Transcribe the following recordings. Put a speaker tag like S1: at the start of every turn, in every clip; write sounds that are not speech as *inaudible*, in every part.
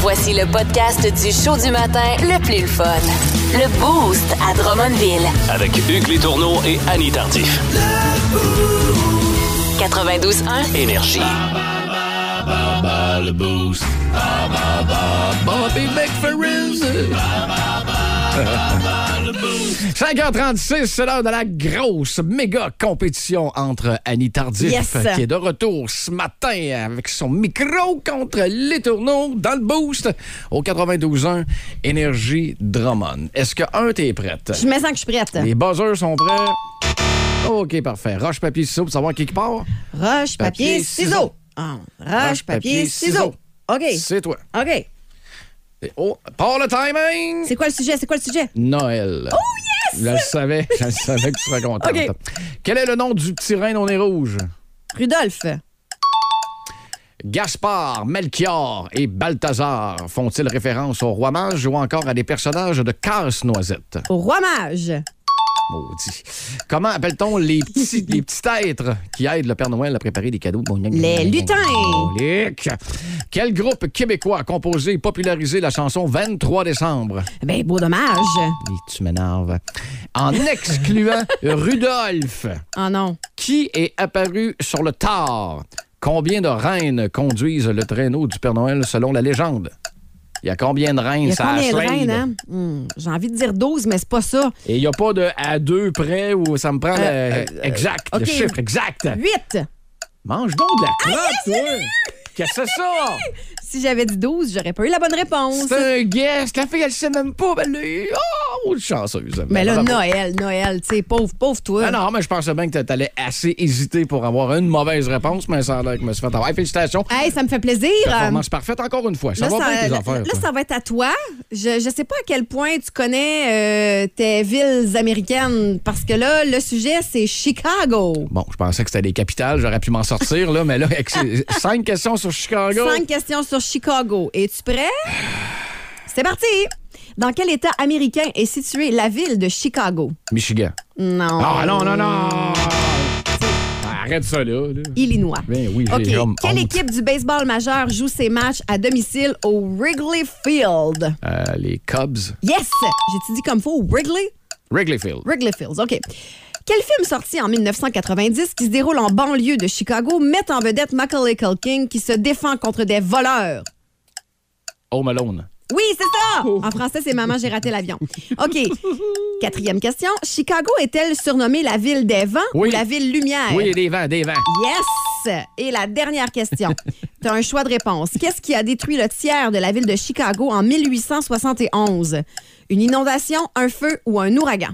S1: Voici le podcast du show du matin le plus le fun. Le Boost à Drummondville.
S2: Avec Hugues Létourneau et Annie Tardif.
S1: 92.1.
S2: Énergie.
S3: le boost. Bobby McFerrin.
S4: 5h36, c'est l'heure de la grosse méga compétition entre Annie Tardif,
S5: Yes.
S4: qui est de retour ce matin avec son micro contre les tourneaux dans le boost au 92.1 Énergie Drummond. Est-ce que, un, t'es prête?
S5: Je me sens que je suis prête.
S4: Les buzzers sont prêts. OK, parfait. Roche, papier, ciseaux pour savoir qui qui part.
S5: Roche, papier, ciseaux. Ah, Roche, papier, ciseaux. OK.
S4: C'est toi.
S5: OK.
S4: Et- Oh, part le timing!
S5: C'est quoi le sujet? C'est quoi le sujet?
S4: Noël. Oh yes! Je le savais, je le savais que tu serais contente.
S5: OK.
S4: Quel est le nom du petit reine au nez rouge?
S5: Rudolph.
S4: Gaspard, Melchior et Balthazar font-ils référence au roi mage ou encore à des personnages de casse-noisette?
S5: Au roi mage.
S4: Maudit. Comment appelle-t-on les petits, les petits êtres qui aident le Père Noël à préparer des cadeaux?
S5: Les lutins.
S4: Colique. Quel groupe québécois a composé et popularisé la chanson 23 décembre?
S5: Ben, beau dommage.
S4: Et tu m'énerves. En
S5: *laughs*
S4: excluant Rudolph.
S5: Ah non.
S4: Qui est apparu sur le tard? Combien de reines conduisent le traîneau du Père Noël selon la légende? Il y a combien de reines
S5: Il y a
S4: ça
S5: combien de
S4: slide?
S5: reines, hein? Hmm, J'ai envie de dire 12, mais c'est pas ça.
S4: Et il n'y a pas de à deux près où ça me prend
S5: Euh,
S4: le exact,
S5: ok. Ah,
S4: le chiffre exact.
S5: 8.
S4: Mange donc de la crotte, toi! Qu'est-ce que c'est ça?
S5: Si j'avais dit 12, j'aurais pas eu la bonne réponse.
S4: C'est un guest. La fille, elle sait même pas. Ben, lui, oh, chanceuse.
S5: Mais là,
S4: Bravo.
S5: Noël, Noël, tu sais, pauvre, pauvre toi.
S4: Ah non, mais je pensais bien que t'allais assez hésiter pour avoir une mauvaise réponse, mais ça a l'air que je me suis fait avoir. Félicitations.
S5: Hey, ça me fait plaisir.
S4: Performance parfaite encore une fois. Ça
S5: Euh, Là,
S4: va bien tes
S5: là,
S4: affaires.
S5: là,
S4: toi.
S5: ça va être à toi. Je ne sais pas à quel point tu connais euh, tes villes américaines, parce que là, le sujet, c'est Chicago.
S4: Bon, je pensais que c'était des capitales, j'aurais pu m'en sortir, là, mais là, avec ces *laughs* cinq questions sur Chicago.
S5: Cinq questions sur Chicago. Es-tu prêt? *sighs* C'est parti! Dans quel État américain est située la ville de Chicago?
S4: Michigan.
S5: Non.
S4: Ah non, non, non! Ah, Arrête ça, là. là.
S5: Illinois.
S4: Ben oui, j'ai
S5: OK.
S4: homme-
S5: Quelle
S4: honte.
S5: équipe du baseball majeur joue ses matchs à domicile au Wrigley Field?
S4: Euh, les Cubs.
S5: Yes! J'ai-tu dit comme faux? Wrigley?
S4: Wrigley Field.
S5: Wrigley Fields, OK. Quel film sorti en 1990 qui se déroule en banlieue de Chicago met en vedette Macaulay Culkin qui se défend contre des voleurs?
S4: Home Alone.
S5: Oui, c'est ça! En français, c'est Maman, j'ai raté l'avion. OK. Quatrième question. Chicago est-elle surnommée la ville des vents
S4: Oui.
S5: ou la ville lumière?
S4: Oui, des vents, des vents.
S5: Yes! Et la dernière question. Tu as un choix de réponse. Qu'est-ce qui a détruit le tiers de la ville de Chicago en 1871? Une inondation, un feu ou un ouragan?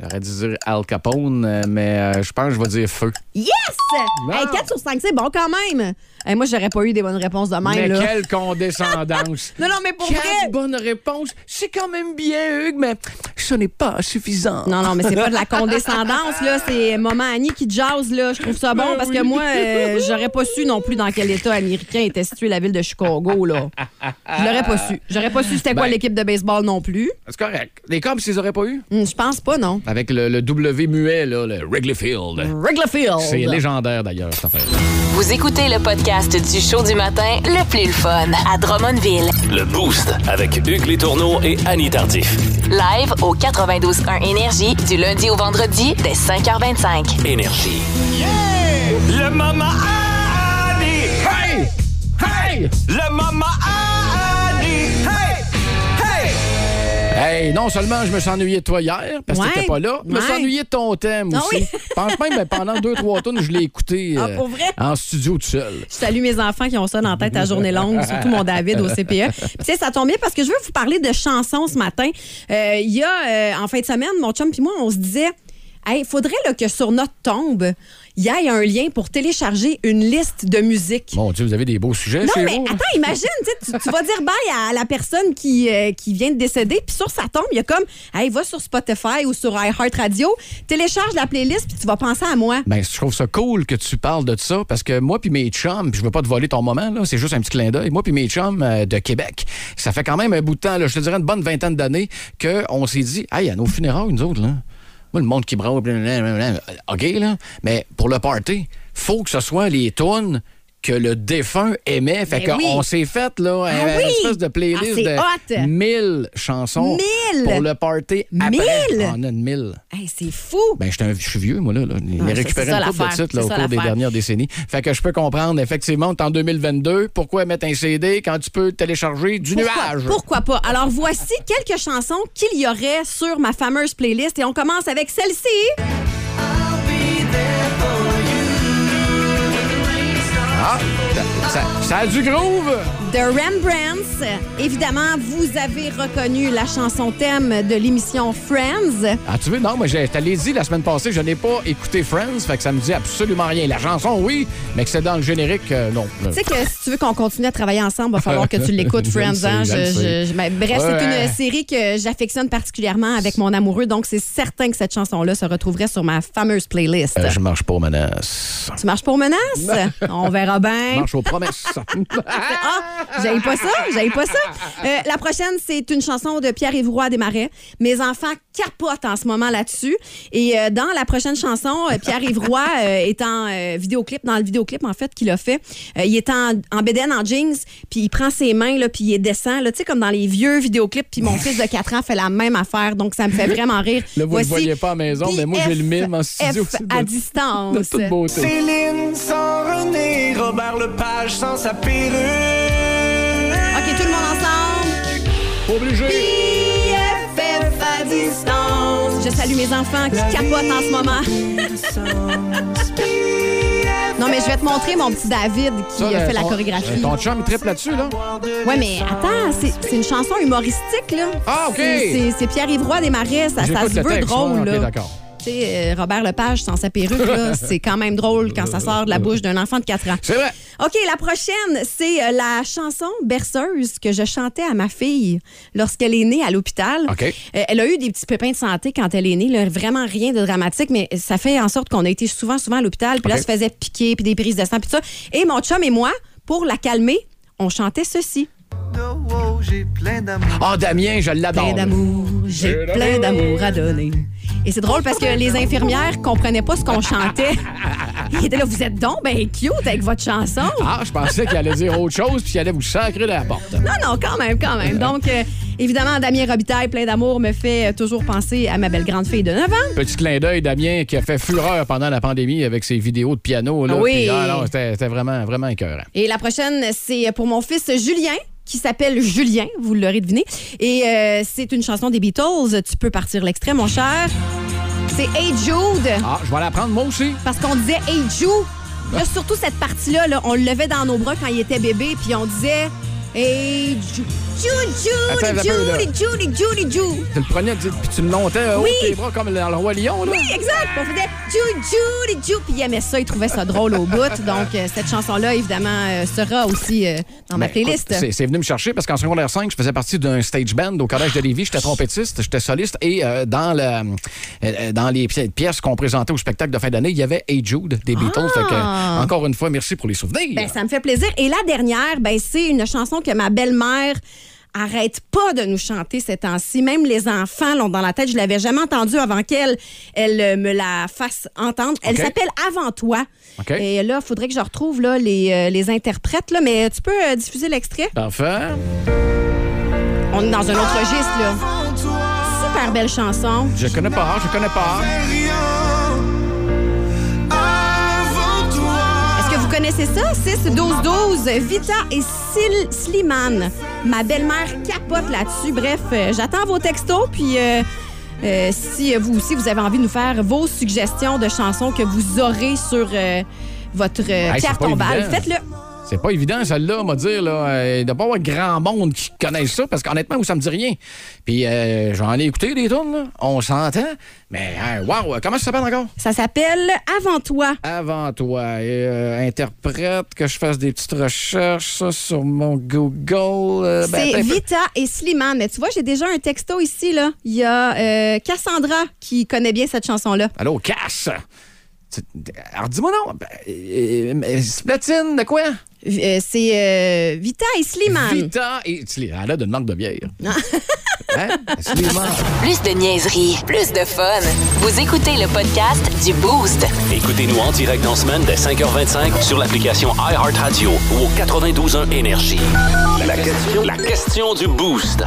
S4: J'aurais dû dire Al Capone, euh, mais euh, je pense que je vais dire feu.
S5: Yes! Hey, 4 sur 5, c'est bon quand même. Hey, moi, j'aurais pas eu des bonnes réponses de même.
S4: mais
S5: là.
S4: quelle condescendance!
S5: *laughs* Non, non, mais pour
S4: Quatre
S5: vrai.
S4: bonnes réponses, c'est quand même bien, Hugues, mais ce n'est pas suffisant.
S5: Non, non, mais c'est pas de la condescendance, là. C'est Maman Annie qui jase, là. Je trouve ça
S4: Ben
S5: bon parce que moi, euh, j'aurais pas su non plus dans quel état américain était située la ville de Chicago, là. Je l'aurais pas su. J'aurais pas su c'était quoi
S4: Ben.
S5: l'équipe de baseball non plus.
S4: C'est correct. Les Cubs, ils auraient pas eu?
S5: Hum, Je pense pas, non.
S4: Avec le, le W muet, là, le Wrigley Field.
S5: Wrigley Field.
S4: C'est légendaire d'ailleurs, cette affaire.
S1: Vous écoutez le podcast du show du matin le plus le fun à Drummondville.
S2: Le Boost avec Hugues Létourneau et Annie Tardif.
S1: Live au 92.1 Énergie du lundi au vendredi dès 5h25.
S2: Énergie. Le Mama Annie!
S4: Hey! Hey!
S2: Le Mama Annie! Hey! Hey!
S4: Hey, non seulement je me suis ennuyé de toi hier, parce que
S5: Ouais,
S4: t'étais pas là, je me suis
S5: ouais.
S4: ennuyé de ton thème
S5: Ah
S4: aussi.
S5: oui.
S4: Je pense même que pendant deux, trois tonnes, je l'ai écouté
S5: Ah,
S4: euh,
S5: pour vrai?
S4: en studio tout seul.
S5: Je salue mes enfants qui ont ça dans la tête à journée longue, surtout mon David au CPE. Puis, tu sais, ça tombe bien parce que je veux vous parler de chansons ce matin. Euh, Il y a, euh, en fin de semaine, mon chum puis moi, on se disait, hey, faudrait là, que sur notre tombe, il y ait un lien pour télécharger une liste de musique.
S4: Mon Dieu, vous avez des beaux sujets
S5: Non,
S4: chez
S5: mais
S4: vous.
S5: attends, imagine, tu, sais, tu- tu vas dire bye à la personne qui, euh, qui vient de décéder, puis sur sa tombe, il y a comme, hey, va sur Spotify ou sur iHeartRadio, télécharge la playlist, puis tu vas penser à moi.
S4: Ben, je trouve ça cool que tu parles de ça parce que moi puis mes chums, puis je veux pas te voler ton moment là, c'est juste un petit clin d'œil. Moi puis mes chums euh, de Québec, ça fait quand même un bout de temps là, je te dirais une bonne vingtaine d'années que on s'est dit, hey, à nos funérailles nous autres là, moi le monde qui braille, blablabla, ok là, mais pour le party, faut que ce soit les tunes que le défunt aimait. Fait
S5: Ben
S4: qu'on
S5: oui.
S4: s'est fait là,
S5: Ah
S4: une
S5: oui.
S4: espèce de playlist
S5: Ah, c'est
S4: de
S5: hot.
S4: 1000 chansons
S5: 1000?
S4: pour le party après. Ah,
S5: 1000?
S4: On a une 1000.
S5: Hey, c'est fou!
S4: Ben, j'étais un- je suis vieux, moi, là. là. Il
S5: c'est-
S4: a
S5: c'est
S4: récupéré
S5: ça
S4: une couple de
S5: l'affaire.
S4: titres là, au
S5: C'est ça
S4: cours des
S5: l'affaire.
S4: dernières décennies. Fait que je peux comprendre, effectivement, on est en 2022. Pourquoi mettre un CD quand tu peux télécharger du
S5: Pourquoi,
S4: nuage?
S5: pourquoi pas? Alors, voici quelques chansons qu'il y aurait sur ma fameuse playlist. Et on commence avec celle-ci.
S4: Ah! Ça, ça a du groove!
S5: The Rembrandts. Évidemment, vous avez reconnu la chanson thème de l'émission Friends.
S4: Ah, tu veux? Non, moi, j'ai- je t'allais dit la semaine passée, je n'ai pas écouté Friends, fait que ça me dit absolument rien. La chanson, oui, mais que c'est dans le générique, euh, non.
S5: Tu sais que si tu veux qu'on continue à travailler ensemble, il va falloir que tu l'écoutes,
S4: *laughs* Je le
S5: Friends.
S4: sais,
S5: hein?
S4: je le
S5: Je-
S4: sais.
S5: je- je- mais bref, c'est
S4: Ouais.
S5: une série que j'affectionne particulièrement avec mon amoureux, donc c'est certain que cette chanson-là se retrouverait sur ma fameuse playlist.
S4: Euh, je marche pas aux menaces.
S5: Tu marches
S4: *laughs*
S5: pour menace? On verra
S4: Je
S5: bien.
S4: marche aux
S5: *laughs*
S4: promesses. *laughs*
S5: Ah, j'avais pas ça, j'avais pas ça. Euh, la prochaine, c'est une chanson de Pierre Évroy Desmarais. Mes enfants capotent en ce moment là-dessus. Et euh, dans la prochaine chanson, euh,
S4: *laughs*
S5: Pierre Évroy euh, est en euh, vidéoclip, dans le vidéoclip en fait qu'il a fait. Euh, il est en, en bédaine, en jeans, puis il prend ses mains, là, puis il descend, là, tu sais, comme dans les vieux vidéoclips. Puis mon fils de 4 ans fait la même affaire, donc ça me fait vraiment rire.
S4: Là, vous le
S5: Voici
S4: voyez pas à la maison, mais moi, j'ai le mime en studio,
S5: BFF
S4: c'est de-
S5: à
S4: De
S5: distance.
S4: *laughs* toute beauté.
S6: Céline sans René, Robert Lepage sans sa perruque.
S5: OK, tout le monde ensemble.
S4: Obligé.
S5: BFF à distance. Je salue mes enfants qui capotent en ce moment. *laughs* Non, mais je vais te montrer mon petit David qui
S4: Ça,
S5: a
S4: euh,
S5: fait la
S4: ton- euh,
S5: chorégraphie.
S4: Ton chum, il triple là-dessus, là.
S5: Ouais, mais attends, c'est c'est une chanson humoristique, là.
S4: Ah, OK.
S5: C'est- c'est- C'est Pierre Évroy des Marais, ça, ça
S4: J'écoute
S5: se
S4: le
S5: veut
S4: texte,
S5: drôle,
S4: ouais, ok,
S5: là.
S4: d'accord.
S5: Tu sais, euh, Robert Lepage sans sa
S4: *laughs*
S5: perruque, là, c'est quand même drôle quand ça sort de la bouche d'un enfant de 4 ans.
S4: C'est vrai.
S5: OK, la prochaine, c'est euh, la chanson Berceuse que je chantais à ma fille lorsqu'elle est née à l'hôpital.
S4: OK.
S5: Euh, elle a eu des petits pépins de santé quand elle est née, là, vraiment rien de dramatique, mais ça fait en sorte qu'on a été souvent, souvent à l'hôpital, puis là,
S4: OK.
S5: se faisait piquer, puis des prises de sang, puis tout ça. Et mon chum et moi, pour la calmer, on chantait ceci.
S6: Oh, j'ai plein d'amour.
S4: Ah, Damien, je l'adore.
S5: Plein d'amour, j'ai plein d'amour à donner. Et c'est drôle parce que les infirmières comprenaient pas ce qu'on *laughs* chantait. Ils étaient là, vous êtes donc ben cute avec votre chanson.
S4: Ah, je pensais qu'il allait dire autre chose, puis il allait vous sacrer dans la porte.
S5: Non, non, quand même, quand même. Donc, euh, évidemment, Damien Robitaille, plein d'amour, me fait euh, toujours penser à ma belle grande fille de 9 ans.
S4: Petit clin d'œil, Damien, qui a fait fureur pendant la pandémie avec ses vidéos de piano. Là,
S5: Ah oui.
S4: Puis, ah non, c'était c'était vraiment, vraiment écœurant.
S5: Et la prochaine, c'est pour mon fils Julien, qui s'appelle Julien, vous l'aurez deviné. Et euh, c'est une chanson des Beatles. Tu peux partir l'extrait, mon cher. C'est Hey Jude.
S4: Ah, je vais la prendre moi aussi.
S5: Parce qu'on disait Hey Jude. Là, surtout cette partie-là, là, on le levait dans nos bras quand il était bébé, puis on disait Hey Jude, Jude, Jude,
S4: Attends, attends,
S5: Jude, Jude, Jude, Jude.
S4: Tu le prenais, tu- puis tu le montais euh, haut
S5: Oui.
S4: tes bras comme dans le roi lion. Là.
S5: Oui, exact. On faisait Jude, Jude, Jude. Puis il aimait ça, il trouvait ça drôle au bout. Donc, euh, cette chanson-là, évidemment, euh, sera aussi euh, dans ma
S4: Ben, écoute,
S5: playlist.
S4: c'est- C'est venu me chercher parce qu'en secondaire 5, je faisais partie d'un stage band au collège de Lévis. J'étais trompettiste, j'étais soliste et euh, dans, le, euh, dans les pi- pièces qu'on présentait au spectacle de fin d'année, il y avait Hey Jude des Beatles. Fait
S5: Ah.
S4: que, encore une fois, merci pour les souvenirs.
S5: Ben, ça me fait plaisir. Et la dernière, ben, c'est une chanson que ma belle-mère arrête pas de nous chanter ces temps-ci. Même les enfants l'ont dans la tête. Je l'avais jamais entendue avant qu'elle elle euh, me la fasse entendre. Elle
S4: OK.
S5: s'appelle Avant toi.
S4: OK.
S5: Et là, il faudrait que je retrouve là, les, euh, les interprètes. Là, mais tu peux euh, diffuser l'extrait?
S4: Parfait.
S5: On est dans un autre registre. Là. Super belle chanson.
S4: Je connais pas, je connais pas.
S5: Est-ce que vous connaissez ça? 6-12-12, Vita et Sil Slimane. Ma belle-mère capote là-dessus. Bref, euh, j'attends vos textos, puis euh, euh, si euh, vous aussi, vous avez envie de nous faire vos suggestions de chansons que vous aurez sur euh, votre euh,
S4: Hey, c'est
S5: carte
S4: pas
S5: tombale,
S4: évident.
S5: faites-le.
S4: C'est pas évident, celle-là, on va dire. Là, euh, il doit pas y avoir grand monde qui connaisse ça, parce qu'honnêtement, moi, ça me dit rien. Puis euh, j'en ai écouté des tunes, là. on s'entend. Mais hein, wow, comment ça s'appelle encore?
S5: Ça s'appelle Avant toi.
S4: Avant toi, et, euh, interprète, que je fasse des petites recherches ça, sur mon Google. euh, ben, attends
S5: C'est
S4: un peu.
S5: Vita et Slimane. Mais tu vois, j'ai déjà un texto ici. là. Il y a euh, Cassandra qui connaît bien cette chanson-là.
S4: Allô, Cass! Tu- Alors, dis-moi non. Ben, euh, euh, Splatine, de quoi?
S5: Euh, C'est euh, Vita et Slimane.
S4: Vita et. Elle a de manque de bière. Hein? C'est des morts.
S1: Plus de niaiserie, plus de fun. Vous écoutez le podcast du Boost.
S2: Écoutez-nous en direct en semaine dès 5h25 sur l'application iHeartRadio ou au 92.1 Énergie. La question, la question du boost.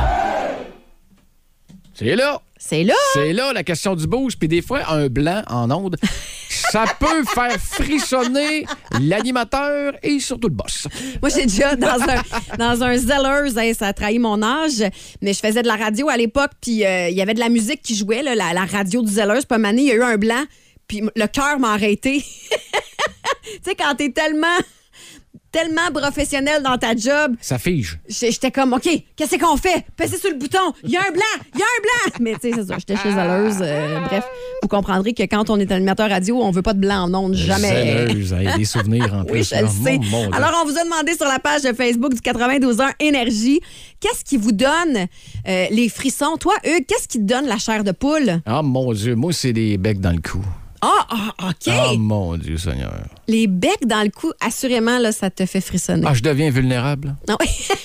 S4: C'est là.
S5: C'est là.
S4: C'est là la question du boost. Puis des fois, un blanc en onde,
S5: *laughs*
S4: ça peut faire frissonner l'animateur et surtout le boss.
S5: Moi, j'ai déjà dans un, dans un Zellers, hein, ça a trahi mon âge, mais je faisais de la radio à l'époque, puis euh, il y avait de la musique qui jouait, là, la, la radio du Zellers. Puis à un moment donné, il y a eu un blanc, puis m- le cœur m'a arrêté. *laughs* tu sais, quand t'es tellement, tellement professionnel dans ta job,
S4: Ça fige.
S5: j'- j'étais comme, OK, qu'est-ce qu'on fait? Pesez sur le bouton, il y a un blanc, il y a un blanc! Mais tu sais, c'est ça, j'étais chez Zellers. euh, bref, vous comprendrez que quand on est animateur radio, on veut pas de blanc en ondes, jamais.
S4: Zelleuse, hein, des souvenirs en
S5: *laughs* Oui,
S4: plus.
S5: je le
S4: là. Oh,
S5: sais.
S4: Mon, mon Dieu.
S5: Alors, on vous a demandé sur la page de Facebook du 92h Énergie, qu'est-ce qui vous donne euh, les frissons? Toi, Hugues, qu'est-ce qui te donne la chair de poule?
S4: Ah mon Dieu, moi c'est des becs dans le cou.
S5: Ah, ah, OK!
S4: Ah mon Dieu Seigneur.
S5: Les becs dans le cou, assurément, là, ça te fait frissonner.
S4: Ah, je deviens vulnérable,
S5: Non,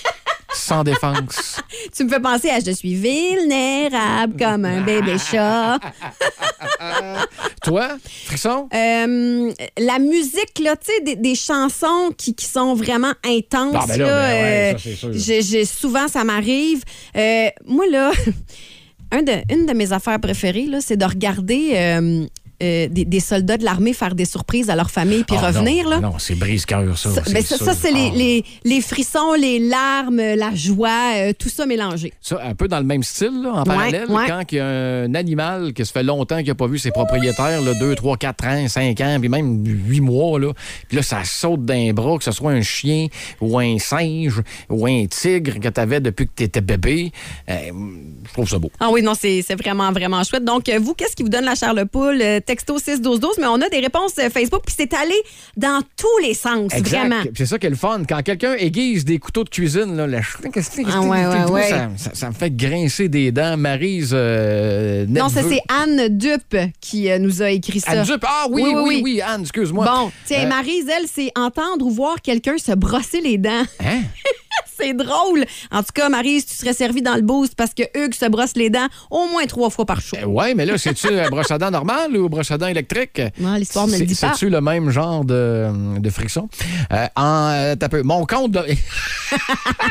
S5: *laughs*
S4: sans défense.
S5: tu me fais penser à Je suis vulnérable comme un bébé chat.
S4: Toi, frisson?
S5: Euh, la musique, là, tu sais, des, des chansons qui, qui sont vraiment intenses.
S4: Ah, ben là,
S5: là,
S4: ben ouais,
S5: euh,
S4: ça, c'est sûr.
S5: j'ai- j'ai- souvent, ça m'arrive. Euh, moi, là, *laughs* un de- une de mes affaires préférées, là, c'est de regarder euh, euh, des, des soldats de l'armée faire des surprises à leur famille puis
S4: Ah,
S5: revenir.
S4: non,
S5: là.
S4: Non, c'est brise-cœur, ça.
S5: Ça, ben, ça,
S4: sûr.
S5: ça, c'est les,
S4: Ah.
S5: les- les frissons, les larmes, la joie, euh, tout ça mélangé.
S4: Ça, un peu dans le même style, là, en parallèle,
S5: ouais.
S4: quand il y a un animal qui se fait longtemps qu'il n'a pas vu ses propriétaires, 2, 3, 4 ans, 5 ans, puis même 8 mois, là, puis là, ça saute d'un bras, que ce soit un chien ou un singe ou un tigre que tu avais depuis que tu étais bébé, euh, je trouve ça beau.
S5: Ah oui, non, c'est c'est vraiment, vraiment chouette. Donc, euh, vous, qu'est-ce qui vous donne la chair de poule? Euh, Texto 61212, mais on a des réponses euh, Facebook, puis c'est allé dans tous les sens,
S4: Exact.
S5: vraiment.
S4: Puis C'est ça qui est le fun. Quand quelqu'un aiguise des couteaux de cuisine, là, la ch- qu'est-ce que c'est-
S5: Ah, ouais, ouais,
S4: Moi,
S5: ouais.
S4: Ça, ça- ça me fait grincer des dents. Marise, euh,
S5: Non, ça,
S4: nerveux.
S5: c'est Anne Dupe qui euh, nous a écrit ça.
S4: Anne Dup. Ah oui, oui,
S5: Oui,
S4: oui,
S5: oui, oui.
S4: Anne, excuse-moi.
S5: Bon, tiens,
S4: Euh,
S5: Marise, elle, c'est entendre ou voir quelqu'un se brosser les dents. *laughs*
S4: Hein?
S5: c'est drôle. En tout cas, Marise, tu serais servie dans le boost parce que Hugues se brosse les dents au moins trois fois par jour.
S4: Ben ouais, mais là, c'est-tu un brosse à dents normal ou brosse à dents électrique?
S5: Non, l'histoire ne le
S4: C'est-
S5: dit pas.
S4: C'est-tu le même genre de, de friction? Euh, en, euh, t'as peu. Mon compte. de- *laughs*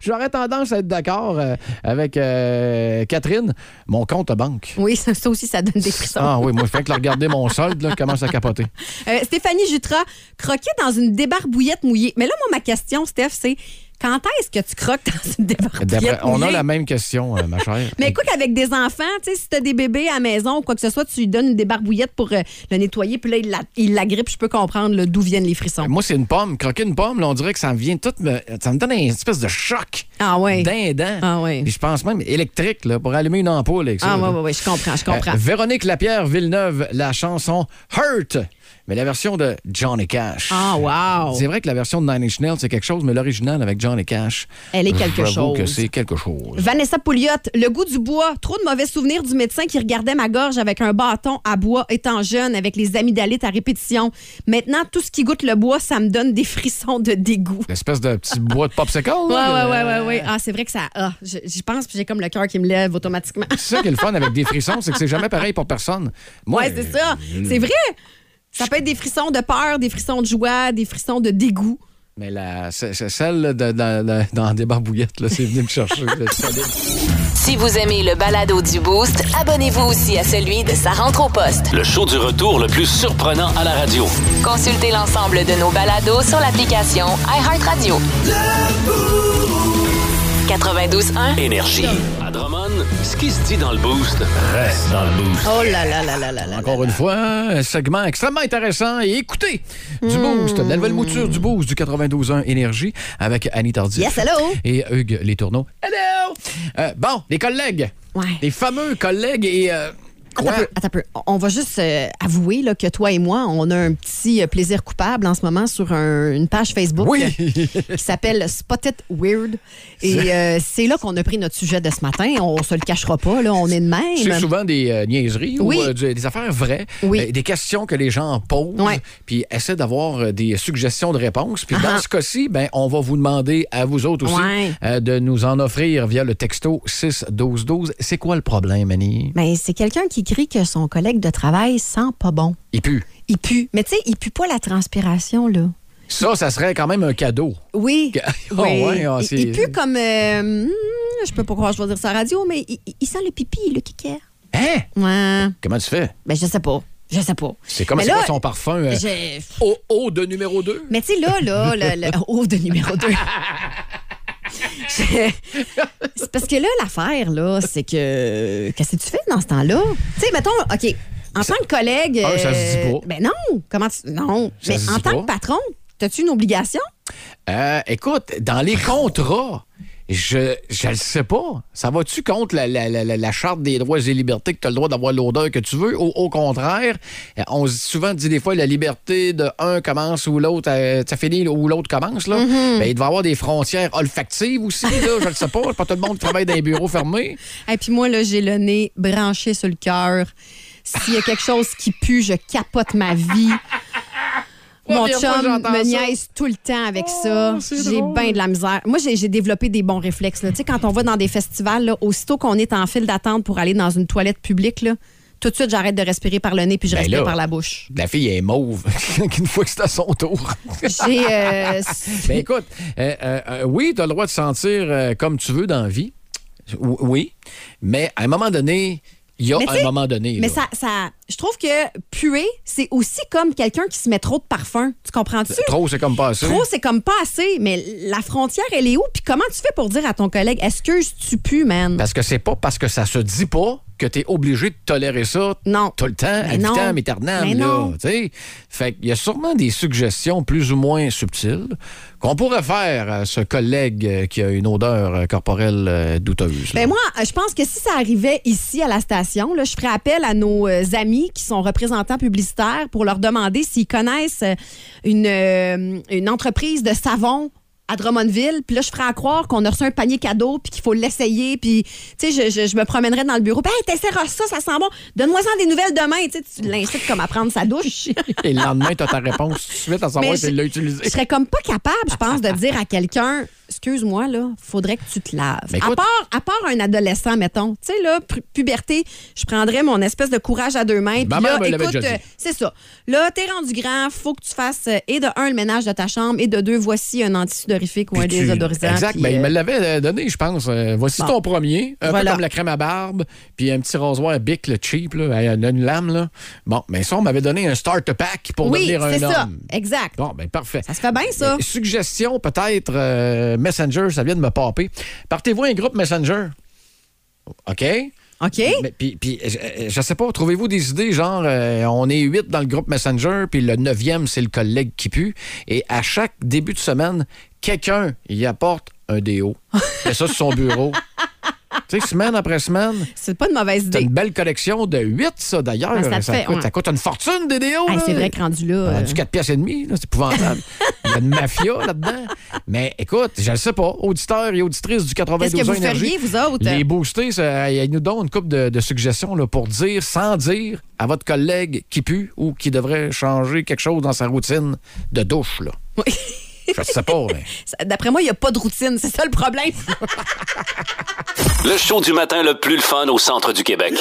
S4: J'aurais tendance à être d'accord euh, avec euh, Catherine. Mon compte à banque.
S5: Oui, ça, ça aussi, ça donne des frissons.
S4: Ah oui, moi, je fais que le regarder mon solde, là, je commence à capoter.
S5: Euh, Stéphanie Jutras, croquer dans une débarbouillette mouillée. Mais là, moi, ma question, Steph, c'est quand est-ce que tu croques dans une
S4: D'après-
S5: débarbouillette
S4: on a
S5: mouillée?
S4: la même question, euh, ma chère.
S5: Mais écoute, avec des enfants, tu sais, si t'as des bébés à la maison ou quoi que ce soit, tu lui donnes une débarbouillette pour euh, le nettoyer, puis là, il la, il la grippe, je peux comprendre là, d'où viennent les frissons.
S4: Moi, c'est une pomme. Croquer une pomme, là, on dirait que ça me vient tout. Me, ça me donne une espèce de choc.
S5: Ah ouais.
S4: D'un dent.
S5: Ah ouais.
S4: Puis je pense même électrique, là, pour allumer une ampoule avec ça.
S5: Ah
S4: là.
S5: ouais, ouais, ouais, je comprends, je comprends.
S4: Euh, Véronique Lapierre Villeneuve, la chanson Hurt, mais la version de Johnny Cash.
S5: Ah, wow!
S4: C'est vrai que la version de Nine Inch Nails, c'est quelque chose, mais l'original avec Johnny Cash.
S5: Elle est quelque
S4: j'avoue
S5: chose.
S4: que c'est quelque chose.
S5: Vanessa Pouliot, le goût du bois. Trop de mauvais souvenirs du médecin qui regardait ma gorge avec un bâton à bois étant jeune, avec les amygdalites à répétition. Maintenant, tout ce qui goûte le bois, ça me donne des *laughs* frissons de dégoût.
S4: L'espèce de petit bois de popsicle.
S5: Ouais, ouais,
S4: là,
S5: ouais,
S4: de-
S5: ouais, ouais. Ah, c'est vrai que ça. Ah, je- j'y pense, puis j'ai comme le cœur qui me lève automatiquement. *laughs*
S4: C'est ça qui est le fun avec des frissons, c'est que c'est jamais pareil pour personne. Moi,
S5: Ouais, c'est ça. C'est vrai. Ça peut être des frissons de peur, des frissons de joie, des frissons de dégoût.
S4: Mais la, c'est- c'est celle de, dans- dans- dans des barbouillettes, là, c'est venu me
S5: *laughs*
S4: chercher.
S1: Si vous aimez le balado du Boost, abonnez-vous aussi à celui de Sa rentre au poste.
S2: Le show du retour le plus surprenant à la radio.
S1: Consultez l'ensemble de nos balados sur l'application iHeartRadio. 92.1.
S2: Énergie. À Drummond, ce qui se dit dans le boost reste dans le boost.
S5: Oh là là là là là là.
S4: Encore une fois, un segment extrêmement intéressant et écoutez du
S5: Hmm.
S4: Boost, la nouvelle mouture du Boost du 92.1 Énergie avec Annie Tardif.
S5: Yes, hello.
S4: Et Hugues Les Tourneaux. Hello! Euh, bon, les collègues.
S5: Ouais.
S4: Les fameux collègues et euh,
S5: Attends, un peu, attends un peu. On va juste euh, avouer là, que toi et moi, on a un petit euh, plaisir coupable en ce moment sur un- une page Facebook
S4: Oui.
S5: euh, qui s'appelle Spotted Weird. Et euh, c'est là qu'on a pris notre sujet de ce matin. On se le cachera pas, là, on est de
S4: C'est
S5: même.
S4: souvent des euh, niaiseries
S5: Oui.
S4: ou euh, du- des affaires vraies,
S5: Oui.
S4: euh, des questions que les gens posent,
S5: Ouais.
S4: puis essaient d'avoir euh, des suggestions de réponses. Puis
S5: Ah ah.
S4: dans ce cas-ci, ben, on va vous demander à vous autres aussi
S5: Ouais.
S4: euh, de nous en offrir via le texto 6-12-12. C'est quoi le problème, Annie?
S5: Mais Ben, c'est quelqu'un qui crie que son collègue de travail sent pas bon.
S4: Il pue.
S5: Il pue. Mais tu sais, il pue pas la transpiration, là.
S4: Ça, ça serait quand même un cadeau.
S5: Oui.
S4: Oh, ouais, *laughs* ah,
S5: il,
S4: c'est-
S5: il pue comme. euh, hmm, je peux pas croire, je vais dire ça à la radio, mais il, il- il sent le pipi, le kicker.
S4: Hein?
S5: Ouais.
S4: Comment tu fais?
S5: Ben, je sais pas. Je sais pas.
S4: C'est comme
S5: Mais
S4: c'est
S5: là,
S4: quoi son parfum euh,
S5: j'ai-
S4: au haut de numéro 2?
S5: Mais tu sais, là, là, le, le- oh, de numéro
S4: *laughs*
S5: 2. c'est parce que là, l'affaire, là, c'est que. Qu'est-ce que tu fais dans ce temps-là? Tu sais, mettons, OK, en tant que collègue.
S4: Ah, ça se dit pas.
S5: Ben non, comment tu. Non.
S4: Ça
S5: mais
S4: se
S5: en
S4: dit
S5: tant
S4: pas.
S5: que patron, as-tu une obligation?
S4: Euh, écoute, dans les contrats, je je le sais pas. Ça va-tu contre la, la- la- la- la charte des droits et libertés que tu as le droit d'avoir l'odeur que tu veux? Au, au contraire, euh, on se- souvent dit des fois la liberté de un commence ou l'autre, euh, ça finit ou l'autre commence. Là.
S5: Mm-hmm.
S4: Ben, il devait avoir des frontières olfactives aussi, là, je le sais pas. C'est Pas tout le monde qui travaille dans les bureaux fermés.
S5: Et puis moi, là, j'ai le nez branché sur le cœur. S'il y a quelque chose qui pue, je capote ma vie. Mon
S4: *laughs* Première fois que
S5: chum
S4: j'entends
S5: me
S4: ça. Oh,
S5: niaise tout le temps avec ça. J'ai bien de la misère. Moi, j'ai j'ai développé des bons réflexes. là. Tu sais, quand on va dans des festivals, là, aussitôt qu'on est en file d'attente pour aller dans une toilette publique, là, tout de suite, j'arrête de respirer par le nez puis je
S4: Ben
S5: respire
S4: là.
S5: par
S4: *laughs*
S5: la bouche.
S4: La fille est mauve une fois que c'est à son tour.
S5: J'ai. euh,
S4: *laughs* Ben écoute, euh, euh, euh, oui, tu as le droit de sentir euh, comme tu veux dans la vie. Ou- Oui. Mais à un moment donné, il y a
S5: Mais tu
S4: un
S5: sais,
S4: moment donné.
S5: Mais
S4: là.
S5: ça, ça, je trouve que puer, c'est aussi comme quelqu'un qui se met trop de parfum. Tu comprends-tu?
S4: Trop, c'est comme pas assez.
S5: Trop, c'est comme pas assez, mais la frontière, elle est où? Puis comment tu fais pour dire à ton collègue, excuse, tu pues, man?
S4: Parce que c'est pas parce que ça se dit pas que tu es obligé de tolérer ça
S5: Non.
S4: tout le temps, à
S5: Mais non.
S4: vitam aeternam,
S5: Mais
S4: là,
S5: non.
S4: tu sais. Fait qu'il y a sûrement des suggestions plus ou moins subtiles qu'on pourrait faire à ce collègue euh, qui a une odeur euh, corporelle euh, douteuse. là.
S5: Ben moi, je pense que si ça arrivait ici à la station, là, je ferais appel à nos euh, amis qui sont représentants publicitaires pour leur demander s'ils connaissent euh, une, euh, une entreprise de savon à Drummondville. Puis là, je ferais à croire qu'on a reçu un panier cadeau puis qu'il faut l'essayer. Puis, tu sais, je, je- je me promènerais dans le bureau. Ben, hey, t'essaieras ça, ça sent bon. Donne-moi-en des nouvelles demain. Tu sais, tu l'incites comme à prendre sa douche. *laughs*
S4: Et le lendemain, tu as ta réponse tout de suite à savoir
S5: Mais
S4: si
S5: je-
S4: tu l'as utilisé.
S5: Je serais comme pas capable, je pense, de dire à quelqu'un Excuse-moi, là, faudrait que tu te laves.
S4: Mais
S5: à,
S4: Ben, écoute-
S5: part, à part un adolescent, mettons. Tu sais, là, pu- puberté, je prendrais mon espèce de courage à deux mains. Puis
S4: Ma
S5: là,
S4: mère me l'avait
S5: écoute,
S4: déjà dit.
S5: euh, c'est ça. Là, t'es rendu grand, faut que tu fasses, euh, et de un, le ménage de ta chambre, et de deux, voici un antisudorifique ou un
S4: Puis tu-
S5: désodorisant.
S4: Exact,
S5: puis,
S4: ben, il
S5: euh,
S4: me l'avait euh, donné, je pense. Euh, voici
S5: Bon.
S4: ton premier, un
S5: Voilà.
S4: peu comme la crème à barbe, puis un petit rasoir bic, le cheap, là, elle a une lame. Là. Bon, mais ça, on m'avait donné un starter pack pour
S5: oui,
S4: devenir un
S5: c'est ça.
S4: homme.
S5: Exact.
S4: Bon, ben parfait.
S5: Ça se fait bien, ça.
S4: Euh, suggestion, peut-être, euh, Messenger, ça vient de me popper. Partez-vous un groupe Messenger. OK?
S5: OK?
S4: Mais, puis, puis, euh, je, je sais pas, trouvez-vous des idées, genre, euh, on est huit dans le groupe Messenger, puis le neuvième, c'est le collègue qui pue. Et à chaque début de semaine, quelqu'un y apporte un
S5: *laughs*
S4: déo. Et ça, sur son bureau. tu sais, semaine après semaine,
S5: C'est pas une mauvaise
S4: t'as
S5: idée.
S4: une belle collection de huit, ça, d'ailleurs.
S5: Ah, ça te fait,
S4: coûte,
S5: ouais.
S4: ça coûte une fortune, des déos.
S5: Hey,
S4: là.
S5: c'est vrai que rendu là. euh,
S4: Rendu 4 pièces et demie, là, c'est
S5: *laughs*
S4: épouvantable. Il y a une mafia là-dedans. Mais écoute, je ne sais pas, auditeurs et auditrices du 92
S5: Qu'est-ce que vous
S4: Énergie,
S5: feriez, vous autres?
S4: Les boostés, ça, euh, ils nous donnent une couple de, de suggestions là, pour dire, sans dire, à votre collègue qui pue ou qui devrait changer quelque chose dans sa routine de douche. Là.
S5: Oui.
S4: Je ne sais pas.
S5: *laughs*
S4: mais-
S5: Ça- D'après moi, il n'y a pas de routine. *laughs* C'est ça le problème.
S2: Le show du matin le plus le fun au centre du Québec.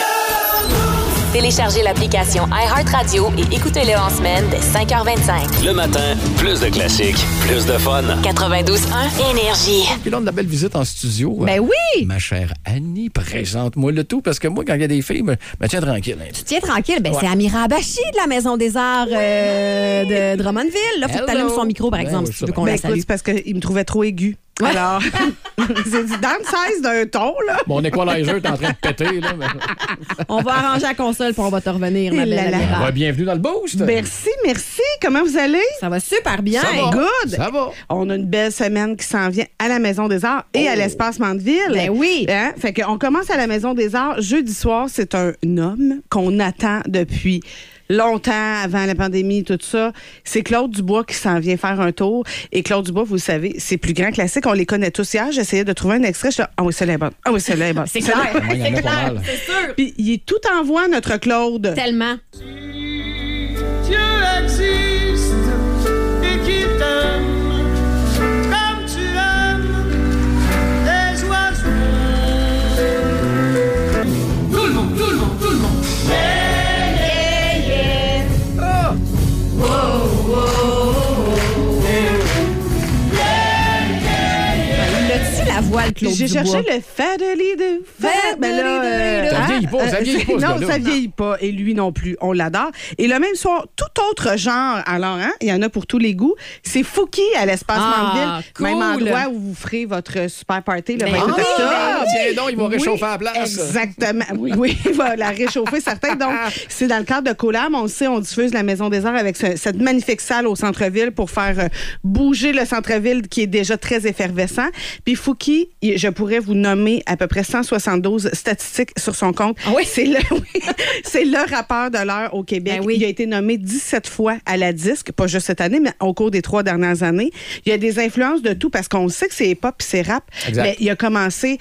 S1: Téléchargez l'application iHeartRadio et écoutez-le en semaine dès 5h25.
S2: Le matin, plus de classiques, plus de fun.
S1: 92.1 Énergie.
S4: Puis là, on a de la belle visite en studio. euh,
S5: ben oui!
S4: Ma chère Annie, présente-moi le tout, parce que moi, quand il y a des filles, je me, je me tiens tranquille. hein.
S5: Tiens tranquille, ben, c'est Amira Bachi de la Maison des Arts euh, de Drummondville. Là, faut que
S4: Hello.
S5: t'allumes son micro, par
S4: Ben
S5: exemple,
S4: oui,
S5: si tu veux
S4: ça
S5: qu'on
S4: va.
S7: Ben,
S5: la
S7: écoute,
S5: salue.
S7: c'est parce qu'il me trouvait trop aigu. Alors, *laughs* c'est du downsize d'un ton, là.
S4: Mon équalizer est en train de péter. Là, mais-
S5: On va arranger la console pour on va te revenir, ma
S7: Et là
S5: belle
S7: là.
S5: Amanda.
S4: Ouais, bienvenue dans le boost.
S5: Ben
S7: Merci, merci. Comment vous allez?
S5: Ça va super bien.
S4: Ça va.
S7: Good.
S4: Ça va.
S7: On a une belle semaine qui s'en vient à la Maison des Arts et à l'Espace Mandeville.
S5: Oh. Ben oui.
S7: Hein? Fait qu'on commence à la Maison des Arts jeudi soir. C'est un homme qu'on attend depuis longtemps, avant la pandémie, tout ça. C'est Claude Dubois qui s'en vient faire un tour. Et Claude Dubois, vous le savez, c'est plus grand classique. On les connaît tous hier. J'essayais de trouver un extrait. Je ah oui, celle-là est bonne. Ah oui, celle-là est
S5: *laughs*
S7: bonne.
S5: C'est clair.
S4: Ouais, il y en a pas mal.
S5: C'est sûr.
S7: Puis il est tout en voix, notre Claude.
S5: Tellement.
S8: Dieu existe et qui t'aime comme tu aimes les oiseaux. Tout le monde, tout le monde, tout le monde.
S5: L'as-tu la voix, le
S7: Puis
S5: Claude
S7: J'ai
S5: Dubois?
S7: cherché le Fadelidou.
S5: Fadelidou.
S4: Ça vieillit pas, ça vieillit pas, ce
S7: Euh, Non,
S4: gars-là.
S7: ça vieillit pas. Et lui non plus, on l'adore. Et le même soir, tout autre genre, alors, hein, il y en a pour tous les goûts, c'est Fouki à l'espace
S5: Ah,
S7: Mandeville. Même
S5: cool.
S7: endroit où vous ferez votre super party le
S5: Ben
S7: 28
S5: oui,
S7: octobre.
S4: Ah, tiens donc, ils vont
S7: Oui,
S4: réchauffer à la place.
S7: Exactement. Oui, oui, il va la réchauffer, certains. Donc, c'est dans le cadre de Collab. On le sait, on diffuse la Maison des Arts avec ce- cette magnifique salle au centre-ville pour faire euh, bouger le centre-ville qui est déjà très effervescent. Puis Fouki, il- je pourrais vous nommer à peu près 172 statistiques sur son compte.
S5: Ah oui?
S7: C'est le, *laughs* oui, c'est le rappeur de l'heure au Québec.
S5: Ben oui.
S7: Il a été nommé 17 fois à la disque, pas juste cette année, mais au cours des trois dernières années. Il y a des influences de tout parce qu'on sait que c'est hip-hop, puis c'est rap.
S4: Exact.
S7: Mais il a commencé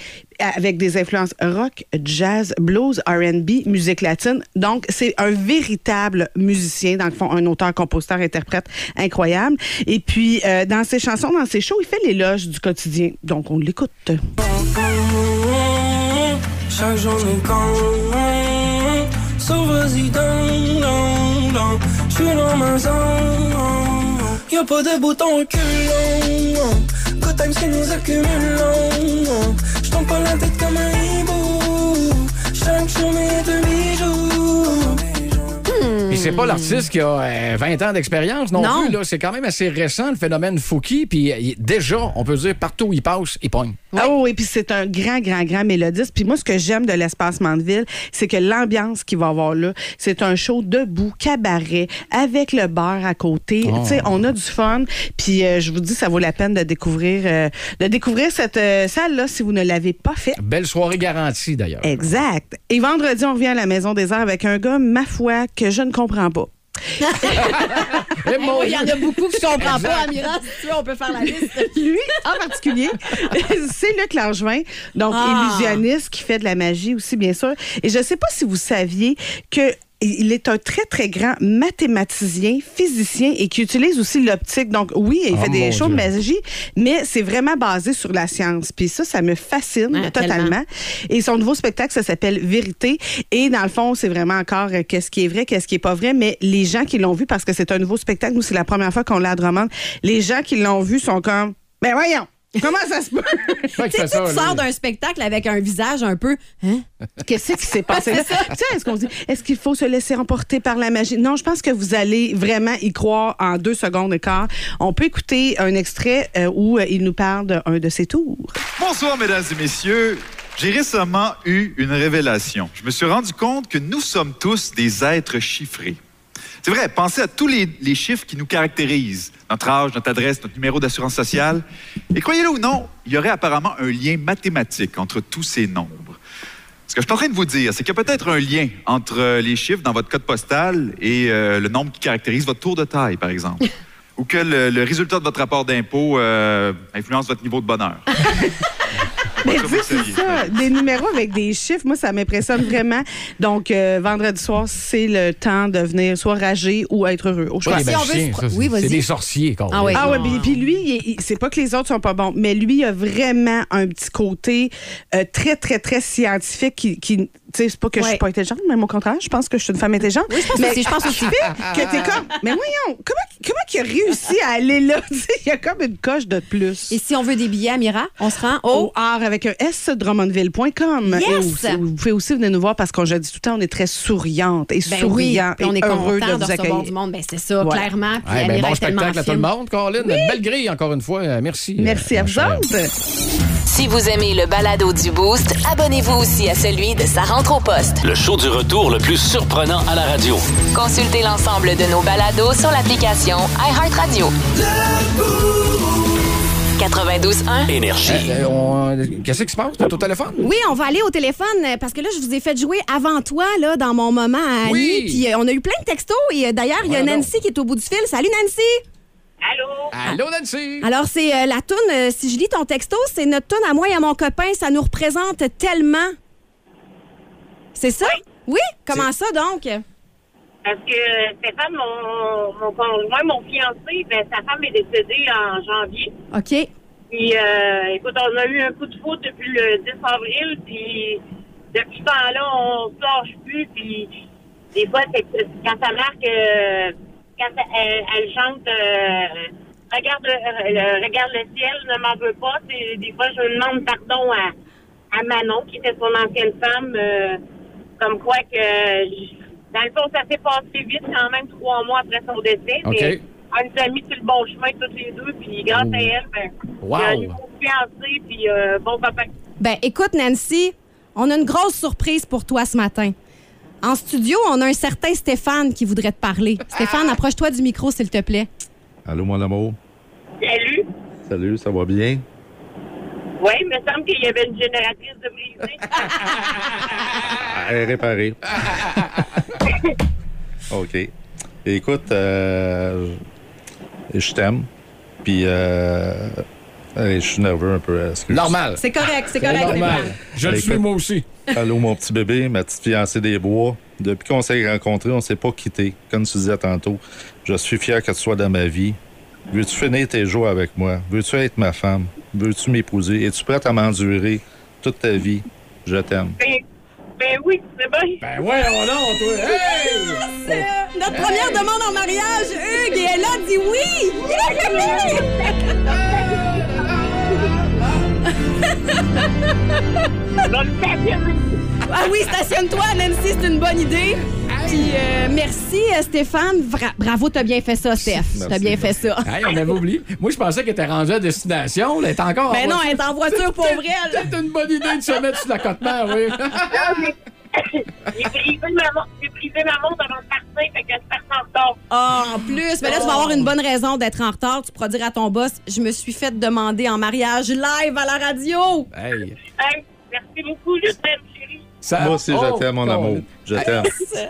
S7: avec des influences rock, jazz, blues, R&B, musique latine. Donc, c'est un véritable musicien, dans le fond, un auteur, compositeur, interprète incroyable. Et puis, euh, dans ses chansons, dans ses shows, il fait l'éloge du quotidien. Donc, on l'écoute.
S8: Chaque jour nous compte So vas-y donc, donc, donc J'suis dans ma zone Y'a pas de bouton au culon Good times que nous accumulons J'tombe pas la tête comme un hibou Chaque jour mes demi-jours
S4: Et c'est pas l'artiste qui a euh, 20 ans d'expérience non,
S5: Non.
S4: plus. là. C'est quand même assez récent, le phénomène Fouki. Puis euh, il- déjà, on peut dire, partout où il passe, il pogne.
S7: Oh, et puis c'est un grand, grand, grand mélodiste. Puis moi, ce que j'aime de l'espace Mandeville, c'est que l'ambiance qu'il va avoir là, c'est un show debout, cabaret, avec le bar à côté. Tu sais, on a du fun. Puis euh, je vous dis, ça vaut la peine de découvrir, euh, de découvrir cette euh, salle-là si vous ne l'avez pas fait.
S4: Belle soirée garantie, d'ailleurs.
S7: Eh, Exact. Et vendredi, on revient à la Maison des Arts avec un gars, ma foi, que je ne comprends pas.
S4: Eh, mon
S5: Il y en
S4: Dieu.
S5: a beaucoup qui ne comprennent pas,
S4: Exact.
S5: Amira. Si tu veux, on peut faire la liste.
S7: *laughs* Lui, en particulier, *laughs* c'est Luc Langevin, donc
S5: Ah.
S7: illusionniste qui fait de la magie aussi, bien sûr. Et je ne sais pas si vous saviez que il est un très, très grand mathématicien, physicien et qui utilise aussi l'optique. Donc, oui, il
S4: Oh,
S7: fait
S4: mon
S7: des shows de
S4: Dieu.
S7: magie, mais c'est vraiment basé sur la science. Puis ça, ça me fascine
S5: Ouais,
S7: totalement.
S5: tellement.
S7: Et son nouveau spectacle, ça s'appelle Vérité. Et dans le fond, c'est vraiment encore euh, qu'est-ce qui est vrai, qu'est-ce qui est pas vrai. Mais les gens qui l'ont vu, parce que c'est un nouveau spectacle, nous, c'est la première fois qu'on l'a à Drummond, les gens qui l'ont vu sont comme, ben voyons, comment ça se peut?
S4: Ouais,
S5: Tu
S4: qui fait
S5: sais,
S4: ça, là.
S5: tu sors d'un spectacle avec un visage un peu. Hein?
S7: *laughs* qu'est-ce qui s'est passé? là? tu sais, est-ce qu'on se dit, est-ce qu'il faut se laisser emporter par la magie? Non, je pense que vous allez vraiment y croire en deux secondes et quart. On peut écouter un extrait euh, où euh, il nous parle d'un de ses tours.
S9: Bonsoir, mesdames et messieurs. J'ai récemment eu une révélation. Je me suis rendu compte que nous sommes tous des êtres chiffrés. C'est vrai, pensez à tous les, les chiffres qui nous caractérisent, notre âge, notre adresse, notre numéro d'assurance sociale. Et croyez-le ou non, il y aurait apparemment un lien mathématique entre tous ces nombres. Ce que je suis en train de vous dire, c'est qu'il y a peut-être un lien entre euh, les chiffres dans votre code postal et euh, le nombre qui caractérise votre tour de taille, par exemple.
S7: *laughs*
S9: Ou que le, le résultat de votre rapport d'impôt euh, influence votre niveau
S7: *laughs*
S9: de bonheur.
S7: Mais
S9: Pas sûr que
S7: dis,
S9: vous
S7: c'est
S9: saviez.
S7: ça, des numéros avec des chiffres, moi, ça m'impressionne vraiment. Donc, euh, vendredi soir, c'est le temps de venir soit rager ou être heureux. Au choix.
S4: Pas des
S5: Si on veut
S4: magiciens,
S5: se pro-
S4: ça, c'est-
S5: Oui, vas-y.
S4: C'est des sorciers, quand
S5: Ah ouais.
S7: Ah ouais, puis- puis lui, il est- il- c'est pas que les autres sont pas bons, mais lui il a vraiment un petit côté euh, très, très, très scientifique qui, qui tu sais, c'est pas que je
S5: Ouais.
S7: suis pas intelligente, même au contraire, je pense que je suis une femme intelligente.
S5: Oui, je pense
S7: mais
S5: aussi, je pense aussi.
S7: qui fait que t'es comme, mais voyons, comment, comment qu'il a réussi à aller là? *laughs* Tu sais, Il y a comme une coche de plus.
S5: Et si on veut des billets à Mira, on se rend
S7: au
S5: au.
S7: art avec un S drummondville.com.
S5: Oh. Yes!
S7: Et aussi- vous pouvez aussi venir nous voir parce qu'on je dis tout le temps, on est très souriante et
S5: Ben oui,
S7: souriant
S5: puis on
S7: et
S5: est
S7: heureux de
S5: content de,
S7: vous
S5: recevoir
S7: accueillir.
S5: du monde. Ben, c'est ça,
S7: Voilà.
S5: clairement. Puis
S4: Ouais, ben,
S5: Amira
S4: bon
S5: est tellement
S4: spectacle à tout le
S5: fine.
S4: monde, Caroline. Une belle grille, encore une fois. Euh, Merci.
S7: Merci
S4: euh,
S7: à
S4: ma
S7: vous
S4: chère.
S7: autres.
S1: Si vous aimez le balado du Boost, abonnez-vous aussi à celui de sa rentre au poste.
S2: Le show du retour le plus surprenant à la radio.
S1: Consultez l'ensemble de nos balados sur l'application iHeartRadio. 92.1.
S2: Énergie.
S4: Euh, on- Qu'est-ce qui se passe? T'es au téléphone?
S5: Oui, on va aller au téléphone euh, parce que là, je vous ai fait jouer avant toi, là, dans mon moment à Annie.
S4: Oui.
S5: Puis euh, on a eu plein de textos et euh, d'ailleurs, il y a
S4: Voilà
S5: Nancy qui est au bout du fil. Salut, Nancy!
S4: Allô, Nancy?
S5: Alors, c'est euh, la toune, euh, si je lis ton texto, c'est notre toune à moi et à mon copain. Ça nous représente tellement. C'est ça? Oui? Comment ça, donc?
S10: Parce que euh, Stéphane, mon, mon conjoint, mon fiancé, ben, sa femme est décédée en janvier.
S5: OK.
S10: Puis, euh, écoute, on a eu un coup de foudre depuis le 10 avril. Puis, depuis ce temps-là, on se lâche plus. Puis, des fois, c'est quand sa marque, euh, quand ça- elle, elle chante, euh, regarde, euh, le- regarde le ciel, ne m'en veux pas. c'est- Des fois, je demande pardon à, à Manon, qui était son ancienne femme, euh, comme quoi que, je- dans le fond, ça s'est passé vite quand même trois mois après son décès.
S4: OK.
S10: mais elle nous a mis sur le bon chemin toutes les deux, puis grâce à elle, ben,
S4: Wow.
S10: il y a un nouveau fiancé, puis euh, bon papa.
S5: Ben, écoute, Nancy, on a une grosse surprise pour toi ce matin. En studio, on a un certain Stéphane qui voudrait te parler. Stéphane, approche-toi du micro, s'il te plaît.
S11: Allô, mon amour.
S10: Salut!
S11: Salut, ça va bien?
S10: Oui, il me semble qu'il y avait une génératrice de
S4: *laughs*
S10: brisée.
S11: Ah, elle est réparée. OK. Écoute, euh, je t'aime. Puis, euh, allez, je suis nerveux un peu. excuse.
S4: Normal.
S5: C'est correct, c'est correct, Stéphane.
S4: Je le
S11: Écoute.
S4: suis, moi aussi.
S11: Allô, mon petit bébé, ma petite fiancée des bois. Depuis qu'on s'est rencontrés, on s'est pas quittés, comme tu disais tantôt. Je suis fier que tu sois dans ma vie. Veux-tu finir tes jours avec moi? Veux-tu être ma femme? Veux-tu m'épouser? Es-tu prête à m'endurer toute ta vie? Je t'aime.
S10: ben, ben oui, c'est bon.
S4: Ben ouais, on l'a, toi. Hey!
S5: C'est, euh, notre première demande en mariage, Hugues, et elle a dit oui! *laughs* ah oui, stationne-toi, Nancy, c'est une bonne idée. Puis, euh, merci, euh, Stéphane. Bra- bravo, t'as bien fait ça, Steph. T'as
S11: Merci,
S5: bien fait ça.
S4: Hey, on avait oublié. Moi, je pensais qu'elle était rendue à destination. Elle est encore
S5: Ben
S4: en
S5: non,
S4: voiture.
S5: elle est en voiture pour vrai, là.
S4: Peut-être une bonne idée de se mettre sur la côte-mer, oui.
S10: Ah, mais- *laughs* J'ai brisé ma montre j'ai brisé ma montre avant de partir, fait que je pars en retard.
S5: Ah, en plus, mais là, tu vas avoir une bonne raison d'être en retard. Tu pourras dire à ton boss, je me suis fait demander en mariage live à la radio.
S4: Hey,
S10: Hey, merci beaucoup, je t'aime, chérie.
S4: ça-
S11: Moi aussi,
S4: Oh,
S11: je t'aime, mon
S4: Colin.
S11: amour. Je t'aime.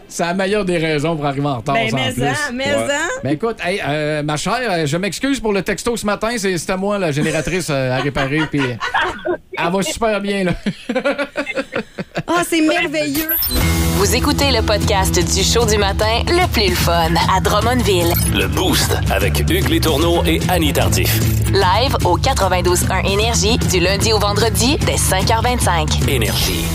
S4: C'est la meilleure des raisons pour arriver en retard,
S5: Ben,
S4: ça, en
S5: mais
S4: plus.
S5: ça, mais hein.
S11: Ouais.
S5: ça.
S4: Ben écoute, hey, euh, ma chère, euh, je m'excuse pour le texto ce matin. C'est- C'était moi, la génératrice euh, à réparer. Puis elle va super bien, là.
S5: Ah, *laughs* c'est merveilleux.
S1: Vous écoutez le podcast du show du matin le plus le fun à Drummondville.
S2: Le Boost avec Hugues Létourneau et Annie Tardif.
S1: Live au 92.1 Énergie du lundi au vendredi dès 5h25.
S2: Énergie.